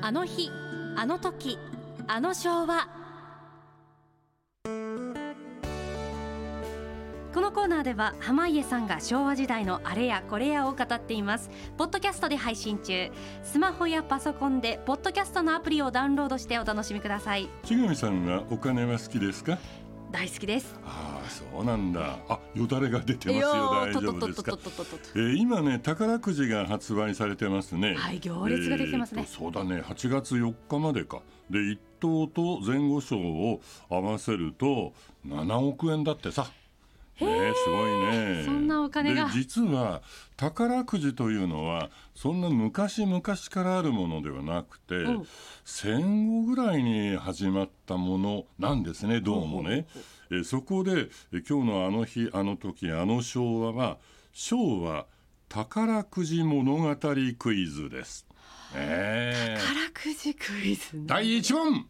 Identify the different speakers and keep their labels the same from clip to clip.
Speaker 1: あの日あの時あの昭和このコーナーでは濱家さんが昭和時代のあれやこれやを語っていますポッドキャストで配信中スマホやパソコンでポッドキャストのアプリをダウンロードしてお楽しみください
Speaker 2: ちぐみさんはお金は好きですか
Speaker 1: 大好きです
Speaker 2: ああそうなんだあよだれが出てますよ大丈夫です
Speaker 1: と
Speaker 2: か
Speaker 1: っとっとっとっとっと
Speaker 2: えー、今ね宝くじが発売されてますね
Speaker 1: はい行列ができてますね
Speaker 2: えーとそうだね8月4日までかで1等と前後賞を合わせると7億円だってさねえ、すごいね
Speaker 1: そんなお金が
Speaker 2: で実は宝くじというのはそんな昔々からあるものではなくて、
Speaker 1: うん
Speaker 2: 戦後ぐらいに始まったものなんですねどうもね。えーそこでえー今日のあの日あの時あの昭和は昭和宝くじ物語クイズです。ええ
Speaker 1: 宝くじクイズ
Speaker 2: 第一問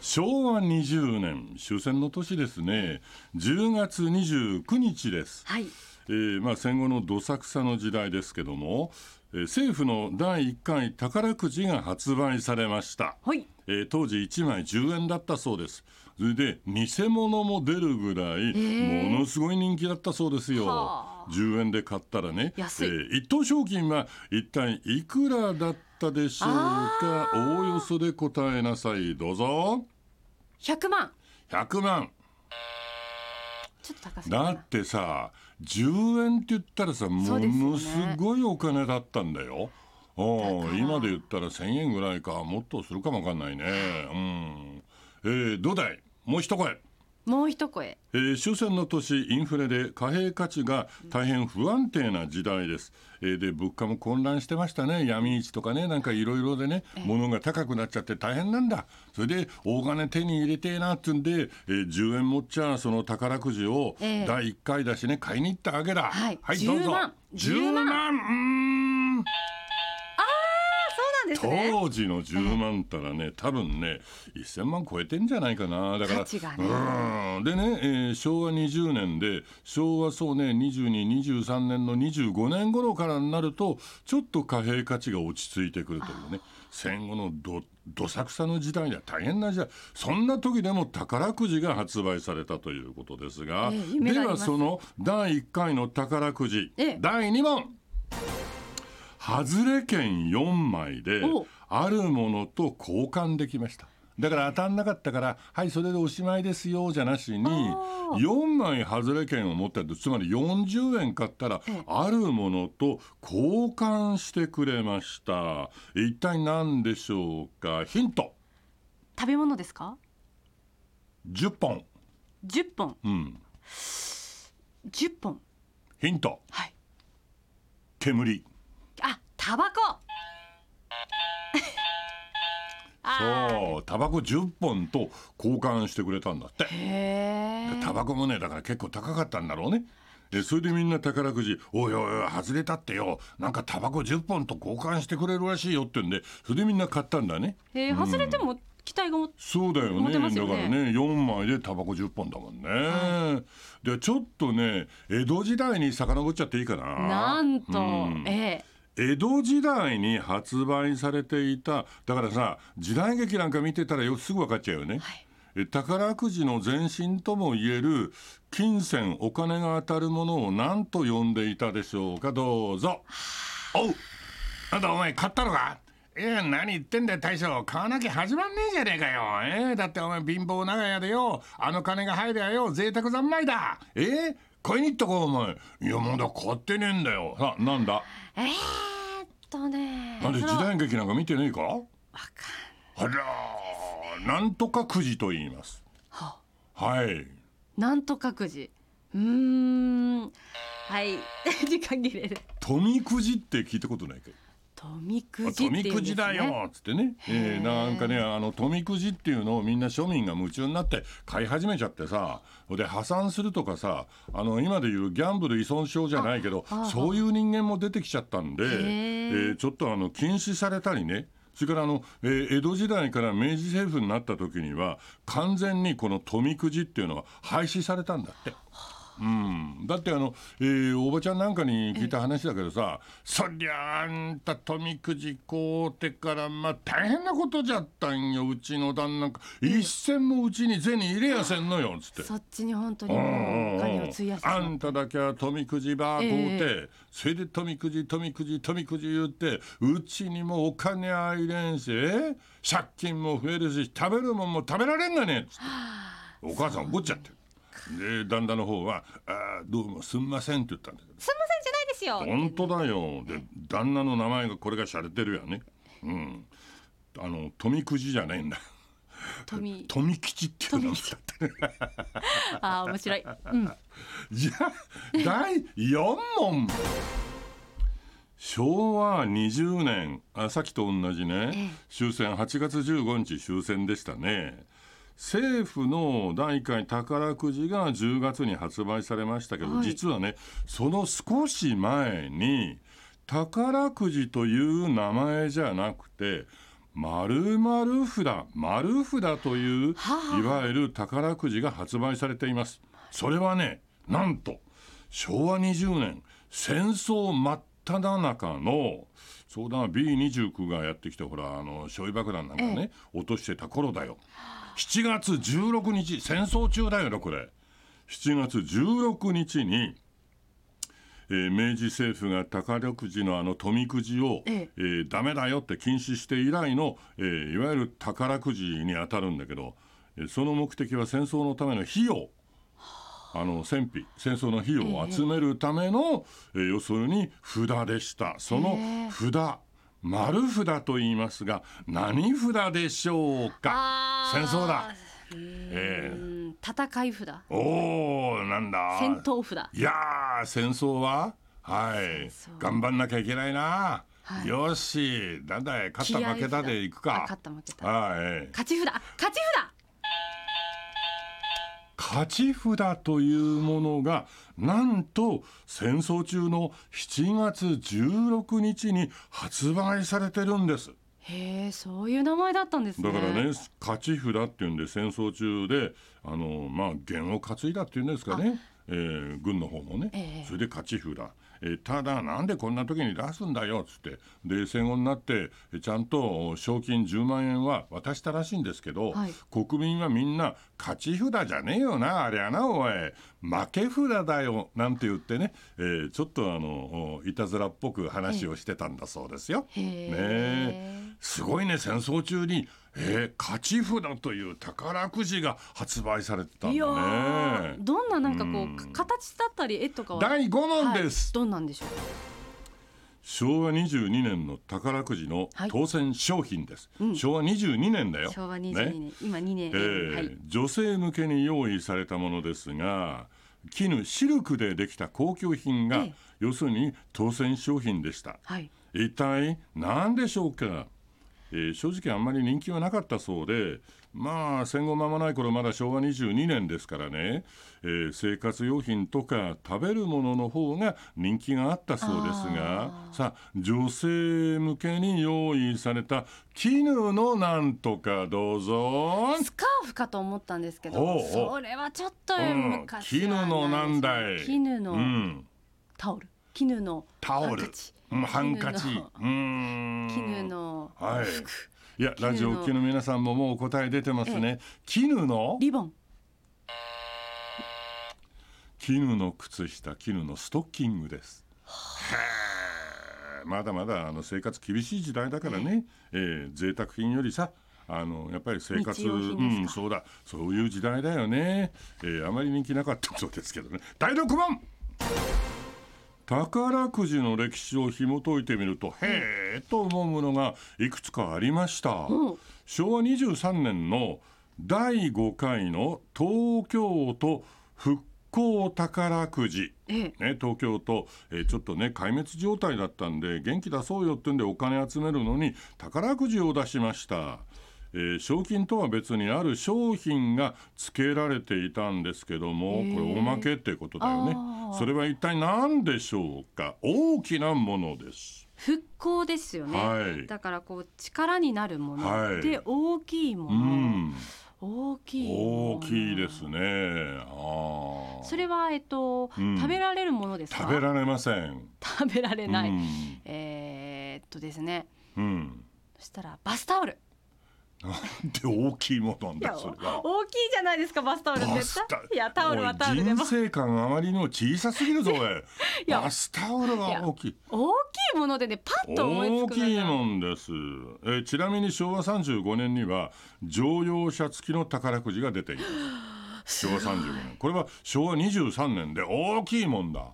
Speaker 2: 昭和20年終戦の年ですね10月29日です、
Speaker 1: はい
Speaker 2: えーまあ、戦後のどさくさの時代ですけども、えー政府の第1回宝くじが発売されました、
Speaker 1: はい
Speaker 2: えー当時1枚10円だったそうですそれで偽物も出るぐらい
Speaker 1: ー
Speaker 2: ものすごい人気だったそうですよ、
Speaker 1: はあ
Speaker 2: 10円で買ったらね
Speaker 1: 安い
Speaker 2: ー一等賞金は一体いくらだったでしょうかおおよそで答えなさいどうぞ
Speaker 1: 100万
Speaker 2: 100万
Speaker 1: ちょっと高すぎる
Speaker 2: だ
Speaker 1: な
Speaker 2: ってさ10円って言ったらさ
Speaker 1: そ
Speaker 2: も
Speaker 1: うですよね
Speaker 2: のすごいお金だったんだよ。お
Speaker 1: だ
Speaker 2: う
Speaker 1: から
Speaker 2: 今で言ったら1,000円ぐらいかもっとするかもわかんないね。うんえー、どうだいもう一声。
Speaker 1: もう一声
Speaker 2: えー終戦の年インフレで貨幣価値が大変不安定な時代です、えーで物価も混乱してましたね闇市とかねなんかいろいろでね物が高くなっちゃって大変なんだそれで大金手に入れてえなってんで、えー10円持っちゃその宝くじを
Speaker 1: ええ
Speaker 2: 第1回だしね買いに行ったわけだ
Speaker 1: はい
Speaker 2: どう
Speaker 1: 10
Speaker 2: ぞ
Speaker 1: 万
Speaker 2: 10万うーん
Speaker 1: そうなんですね
Speaker 2: 当時の10万たらね多分ね1000万超えてんじゃないかなだから
Speaker 1: 価値がね
Speaker 2: うーんでね、えー昭和20年で昭和そうね2223年の25年頃からになるとちょっと貨幣価値が落ち着いてくるというね戦後のどどさくさの時代には大変な時代そんな時でも宝くじが発売されたということですが、
Speaker 1: ええ夢
Speaker 2: で
Speaker 1: がありま
Speaker 2: は
Speaker 1: す
Speaker 2: その第1回の宝くじ、
Speaker 1: ええ
Speaker 2: 第2問外れ券4枚で
Speaker 1: お
Speaker 2: あるものと交換できましただから当たんなかったから「はいそれでおしまいですよ」じゃなしに
Speaker 1: あー
Speaker 2: 4枚外れ券を持ってるとつまり40円買ったら
Speaker 1: ええ
Speaker 2: あるものと交換してくれました一体何でしょうかヒント
Speaker 1: 食べ物ですか
Speaker 2: 10本
Speaker 1: 10本
Speaker 2: うん
Speaker 1: 10本
Speaker 2: ヒント
Speaker 1: はい
Speaker 2: 煙
Speaker 1: あタバ コあー
Speaker 2: そうタバコ10本と交換してくれたんだって
Speaker 1: へ
Speaker 2: で
Speaker 1: ー
Speaker 2: タバコもねだから結構高かったんだろうねえそれでみんな宝くじ「おいおいおい外れたってよなんかタバコ10本と交換してくれるらしいよ」ってんでそれでみんな買ったんだね
Speaker 1: えー、外れても期待がも
Speaker 2: そうだよ
Speaker 1: 持
Speaker 2: ね
Speaker 1: てますよ
Speaker 2: だ
Speaker 1: ね
Speaker 2: からね4枚でタバコ10本だもんね、でちょっとね江戸時代に遡っちゃっていいかな
Speaker 1: なんと、
Speaker 2: うん
Speaker 1: え
Speaker 2: 江戸時代に発売されていただからさ時代劇なんか見てたらよすぐ分かっちゃうよね、
Speaker 1: はい
Speaker 2: え宝くじの前身ともいえる金銭お金が当たるものを何と呼んでいたでしょうかどうぞおうあんたお前買ったのかいや何言ってんだよ大将買わなきゃ始まんねえじゃねえかよええだってお前貧乏長屋でよあの金が入りゃよ贅沢三昧だええ買いに行ったかお前いやまだ買ってねえんだよさあなんだ
Speaker 1: ええー、っとね
Speaker 2: なんで
Speaker 1: そ
Speaker 2: 時
Speaker 1: の
Speaker 2: 代劇なんか見てないか
Speaker 1: わか
Speaker 2: あらーなんとかくじと言います
Speaker 1: は
Speaker 2: はい
Speaker 1: んなんとかくじうーんはい 時間切れる
Speaker 2: 富くじって聞いたことないかい
Speaker 1: 富くじっていうんです、ね、
Speaker 2: 富くじだよっつってね、
Speaker 1: へ
Speaker 2: えー
Speaker 1: ー
Speaker 2: なんかねあの富くじっていうのをみんな庶民が夢中になって買い始めちゃってさで破産するとかさあの今でいうギャンブル依存症じゃないけど
Speaker 1: ああ
Speaker 2: そういう人間も出てきちゃったんで、え
Speaker 1: ー
Speaker 2: ーちょっとあの禁止されたりねそれからあの、えー江戸時代から明治政府になった時には完全にこの富くじっていうのは廃止されたんだって。うん、だってあの、えーおばちゃんなんかに聞いた話だけどさ、そりゃあんた富くじ買うてからまあ大変なことじゃったんようちの旦那なんか一銭もうちに銭入れやせんのよっつって。
Speaker 1: そっちに本当に
Speaker 2: う
Speaker 1: も
Speaker 2: ん
Speaker 1: う
Speaker 2: う
Speaker 1: お
Speaker 2: ん
Speaker 1: 金
Speaker 2: う
Speaker 1: を費
Speaker 2: ん
Speaker 1: やしてしま
Speaker 2: あ
Speaker 1: った
Speaker 2: んただけは富くじばーこうて、それで富くじ富くじ富くじ言ってうちにもお金あいれんしえ借金も増えるし食べるもんも食べられんがねっつってお母さん怒っちゃってで旦那の方は「あーどうもすんません」って言ったんだけど
Speaker 1: すんませんじゃないですよ
Speaker 2: 「本当だよ」で旦那の名前がこれが洒落てるよねうんあの富くじじゃないんだ
Speaker 1: 富
Speaker 2: 富吉っていう名前だった
Speaker 1: あー面白い、うん、
Speaker 2: じゃあ第4問昭和20年あさっきと同じね、
Speaker 1: ええ
Speaker 2: 終戦8月15日終戦でしたね政府の第1回宝くじが10月に発売されましたけど、
Speaker 1: はい
Speaker 2: 実はねその少し前に宝くじという名前じゃなくて丸々札丸札という
Speaker 1: はあ
Speaker 2: いわゆる宝くじが発売されていますそれはねなんと昭和20年戦争真っ只中のそうだな B29 がやってきてほらあの焼夷爆弾なんかね、落としてた頃だよ7月16日戦争中だよなこれ7月16日に、えー明治政府が宝くじのあの富くじを、
Speaker 1: ええ
Speaker 2: えーダメだよって禁止して以来の、えーいわゆる宝くじにあたるんだけど、えーその目的は戦争のための費用あの戦費戦争の費用を集めるための、えー要するに札でしたその
Speaker 1: へえ
Speaker 2: 札、丸札と言いますが何札でしょうか戦争だ
Speaker 1: うーん
Speaker 2: え
Speaker 1: 戦い札
Speaker 2: おーなんだ
Speaker 1: 戦闘札
Speaker 2: いやー戦争はは
Speaker 1: 戦
Speaker 2: い
Speaker 1: 争
Speaker 2: 頑張んなきゃいけないな、
Speaker 1: はい
Speaker 2: よしなんだい勝った負けたでいく
Speaker 1: あ勝
Speaker 2: か
Speaker 1: った負けた
Speaker 2: はい
Speaker 1: 勝ち札勝ち札
Speaker 2: 勝ち札というものがなんと戦争中の7月16日に発売されてるんです
Speaker 1: へえそういう名前だったんですね
Speaker 2: だからね勝ち札っていうんで戦争中であのまあ弦を担いだっていうんですかね、えー軍の方もね、
Speaker 1: ええ
Speaker 2: それで勝ち札、えーただなんでこんな時に出すんだよっつってで戦後になってえちゃんと賞金10万円は渡したらしいんですけど、
Speaker 1: はい
Speaker 2: 国民はみんな勝ち札じゃねえよなあれはなおい負け札だよなんて言ってね、えーちょっとあのおいたずらっぽく話をしてたんだそうですよ。
Speaker 1: へえ
Speaker 2: ねえすごいね戦争中に、えー勝ち札という宝くじが発売されてたん
Speaker 1: いや
Speaker 2: だ
Speaker 1: ー
Speaker 2: ね。
Speaker 1: どんななんかこう、
Speaker 2: うん
Speaker 1: か形だったり絵とかは
Speaker 2: 第5問です、
Speaker 1: はい、どんなんでしょう
Speaker 2: 昭和22年の宝くじの
Speaker 1: はい
Speaker 2: 当選商品です、
Speaker 1: うん
Speaker 2: 昭和22年だよ
Speaker 1: 昭和22年、
Speaker 2: ね
Speaker 1: 今2年、
Speaker 2: えー
Speaker 1: はい
Speaker 2: 女性向けに用意されたものですが絹シルクでできた高級品が、
Speaker 1: ええ
Speaker 2: 要するに当選商品でした
Speaker 1: はい
Speaker 2: 一体何でしょうか、えー正直あんまり人気はなかったそうでまあ戦後間もない頃まだ昭和22年ですからね、えー生活用品とか食べるものの方が人気があったそうです
Speaker 1: あ
Speaker 2: が
Speaker 1: ー
Speaker 2: さあ女性向けに用意された絹のなんとかどうぞ。
Speaker 1: スカーフかと思ったんですけど
Speaker 2: おうおう
Speaker 1: それはちょっと
Speaker 2: うん
Speaker 1: 昔は
Speaker 2: 絹のなんだい
Speaker 1: 絹
Speaker 2: う
Speaker 1: の
Speaker 2: ん、
Speaker 1: タオル絹の
Speaker 2: タオ
Speaker 1: ハ
Speaker 2: ル
Speaker 1: ンカチ
Speaker 2: うんハンカチ
Speaker 1: 絹の
Speaker 2: うん
Speaker 1: 絹の
Speaker 2: はい
Speaker 1: 服、
Speaker 2: いやラジオをお聞きの皆さんももうお答え出てますね絹の
Speaker 1: リボン
Speaker 2: 絹の靴下絹のストッキングです。へーまだまだあの生活厳しい時代だからね、えー贅沢品よりさあのやっぱり生活
Speaker 1: 日用品ですか
Speaker 2: うんそうだそういう時代だよね、えーあまり人気なかったそうですけどね第6問宝くじの歴史を紐解いてみると、へえと思うものがいくつかありました、
Speaker 1: うん
Speaker 2: 昭和23年の第5回の東京都復興宝くじ、
Speaker 1: ええ
Speaker 2: ね、東京都、えーちょっとね壊滅状態だったんで元気出そうよってんでお金集めるのに宝くじを出しました。えー賞金とは別にある商品が付けられていたんですけども
Speaker 1: へー
Speaker 2: これおまけってことだよね
Speaker 1: あー
Speaker 2: それは一体何でしょうか大きなものです
Speaker 1: 復興ですよね、
Speaker 2: はい
Speaker 1: だからこう力になるもの、
Speaker 2: はい
Speaker 1: で大きいも
Speaker 2: う
Speaker 1: の、
Speaker 2: ん
Speaker 1: 大きい
Speaker 2: 大きいですねああ
Speaker 1: それはえっと、
Speaker 2: うん
Speaker 1: 食べられるものですか
Speaker 2: 食べられません
Speaker 1: 食べられない、
Speaker 2: うん
Speaker 1: えーっとですね
Speaker 2: うん、
Speaker 1: そしたらバスタオル
Speaker 2: なんで大きいものなん
Speaker 1: いや
Speaker 2: だそれが
Speaker 1: 大きいじゃないですかバスタオル
Speaker 2: バ
Speaker 1: 絶
Speaker 2: スタ
Speaker 1: 対いやタオルはタオルで
Speaker 2: おい
Speaker 1: も
Speaker 2: 人生観あまりの小さすぎるぞおい
Speaker 1: いや
Speaker 2: バスタオルが大きい
Speaker 1: 大きいものでねパッと思い
Speaker 2: 大
Speaker 1: つくの
Speaker 2: きい
Speaker 1: が
Speaker 2: もんです、えーちなみに昭和35年には乗用車付きの宝くじが出ていた昭和35年これは昭和23年で大きいもんだ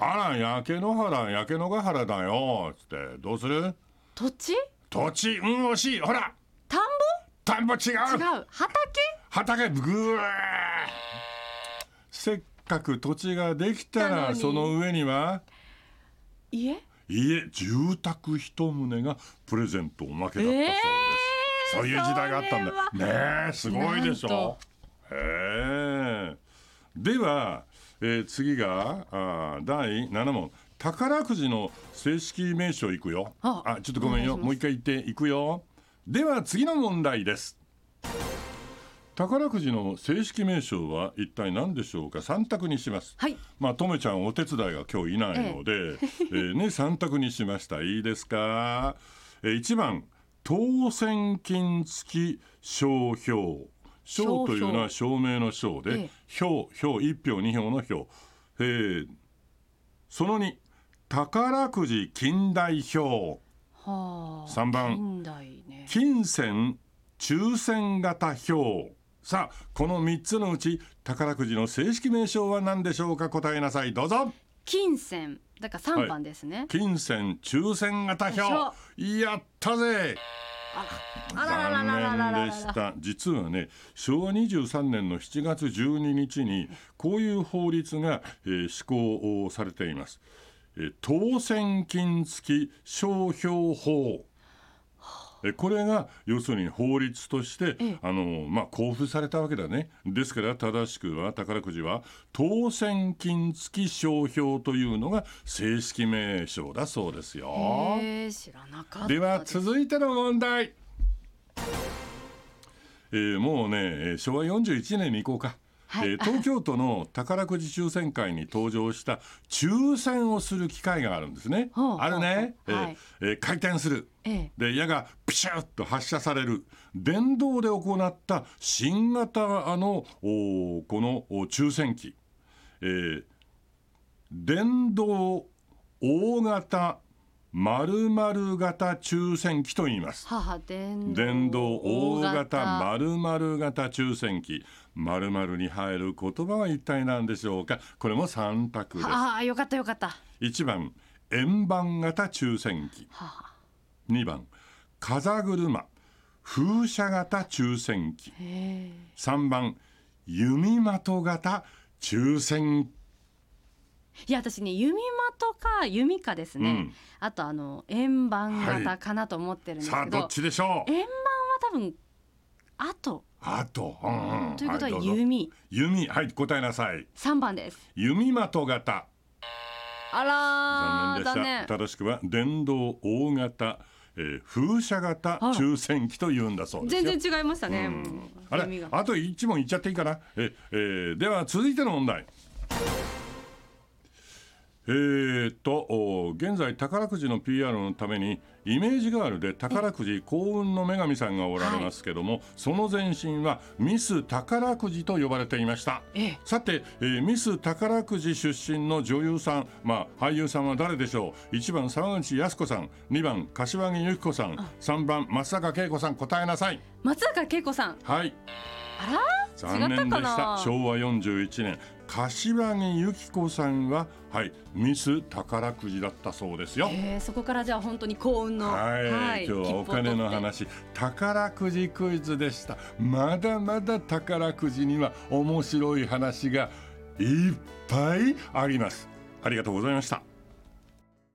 Speaker 2: あら焼け野原焼け野ヶ原だよつってどうする
Speaker 1: 土地違
Speaker 2: 土地うん惜しいほら
Speaker 1: 田ん
Speaker 2: ぼ田んぼ違う
Speaker 1: う畑
Speaker 2: 畑ぐーせっかく土地ができ
Speaker 1: な
Speaker 2: た
Speaker 1: の
Speaker 2: ら
Speaker 1: に
Speaker 2: その上には
Speaker 1: 家
Speaker 2: 家住宅一棟がプレゼントおまけだったそうです、
Speaker 1: えー
Speaker 2: そういう時代があったんだ
Speaker 1: それ
Speaker 2: よねえすごいでし
Speaker 1: なん
Speaker 2: ょ
Speaker 1: と
Speaker 2: へえでは、えー次があー第7問宝くじの正式名称いくよ
Speaker 1: あ
Speaker 2: あちょっとご
Speaker 1: お
Speaker 2: めん
Speaker 1: 願いしま
Speaker 2: よ
Speaker 1: す
Speaker 2: もう一回言っていくよでは次の問題です宝くじの正式名称は一体何でしょうか3択にします
Speaker 1: はい
Speaker 2: まあ、とめちゃんお手伝いが今日いないので、えーね、3択にしましたいいですか、えー、1番当選金付き商標
Speaker 1: 商標
Speaker 2: 商というのは証明の証
Speaker 1: え
Speaker 2: で
Speaker 1: え
Speaker 2: 票票1票2票の票、えーその2宝くじ近代票
Speaker 1: はあ
Speaker 2: 三番
Speaker 1: 近代ね
Speaker 2: 金銭抽選型票さあこの3つのうち宝くじの正式名称は何でしょうか答えなさいどうぞ
Speaker 1: 金銭だから三番ですね、
Speaker 2: 金銭抽選型票やったぜ
Speaker 1: あららららららら
Speaker 2: 残
Speaker 1: ら
Speaker 2: 念でした実はね昭和23年の7月12日にこういう法律が、えー施行をされています、えー当選金付き商標法えーこれが要するに法律として、
Speaker 1: ええ
Speaker 2: あのまあ、交付されたわけだねですから正しくは宝くじは当選金付き商標というのが正式名称だそうですよ。
Speaker 1: えー、知らなかった
Speaker 2: では
Speaker 1: す
Speaker 2: 続いての問題、えーもうねえー昭和41年に行こうか、
Speaker 1: はい
Speaker 2: えー東京都の宝くじ抽選会に登場した抽選をする機会があるんですね
Speaker 1: ほう
Speaker 2: あるね、
Speaker 1: ほうほう
Speaker 2: えー
Speaker 1: はい
Speaker 2: えー回転する
Speaker 1: ええ
Speaker 2: で矢がピシュッと発射される電動で行った新型のおーこのお抽選機、えー電動大型丸々型抽選機と言います。
Speaker 1: 母電動
Speaker 2: 電動大型
Speaker 1: 大
Speaker 2: 丸々型抽選機丸々に入る言葉は一体何でしょうかこれも3択です
Speaker 1: ああよかったよかったは
Speaker 2: 1番円盤型抽選機
Speaker 1: あ
Speaker 2: 2番風車風車型抽選機
Speaker 1: へえ
Speaker 2: 3番弓的型抽選
Speaker 1: いや私ね弓的か弓かですね、
Speaker 2: うん
Speaker 1: あとあの円盤
Speaker 2: は
Speaker 1: 型
Speaker 2: い
Speaker 1: かなと思ってるんです
Speaker 2: さあ
Speaker 1: けど、
Speaker 2: どっちでしょう
Speaker 1: 円盤は多分あと
Speaker 2: あと、うんうん
Speaker 1: ということは
Speaker 2: どぞ
Speaker 1: 弓
Speaker 2: 弓はい答えなさい
Speaker 1: 三番です
Speaker 2: 弓的型
Speaker 1: あ
Speaker 2: 残
Speaker 1: らー
Speaker 2: 念でした、正しくは電動大型、えー風車型
Speaker 1: あら
Speaker 2: 抽選機というんだそうですよ
Speaker 1: 全然違いましたね、もう
Speaker 2: あ
Speaker 1: 弓
Speaker 2: れ
Speaker 1: が
Speaker 2: あと一問いっちゃっていいかなえ、えーでは続いての問題えー、とお現在宝くじの PR のためにイメージガールで宝くじ幸運の女神さんがおられますけども、その前身はミス宝くじと呼ばれていました
Speaker 1: ええ
Speaker 2: さて、えーミス宝くじ出身の女優さん、まあ、俳優さんは誰でしょう1番沢口靖子さん2番柏木由紀子さん3番松坂慶子さん答えなさい
Speaker 1: 松坂慶子さん
Speaker 2: はい
Speaker 1: あら
Speaker 2: 残念で
Speaker 1: 違っ
Speaker 2: した
Speaker 1: かな
Speaker 2: た昭和41年柏木由紀子さんははいミス宝くじだったそうですよ
Speaker 1: ー、えー、そこからじゃあ本当に幸運の
Speaker 2: はい、今日はお金の
Speaker 1: 切符を取って
Speaker 2: 話宝くじクイズでしたまだまだ宝くじには面白い話がいっぱいありますありがとうございました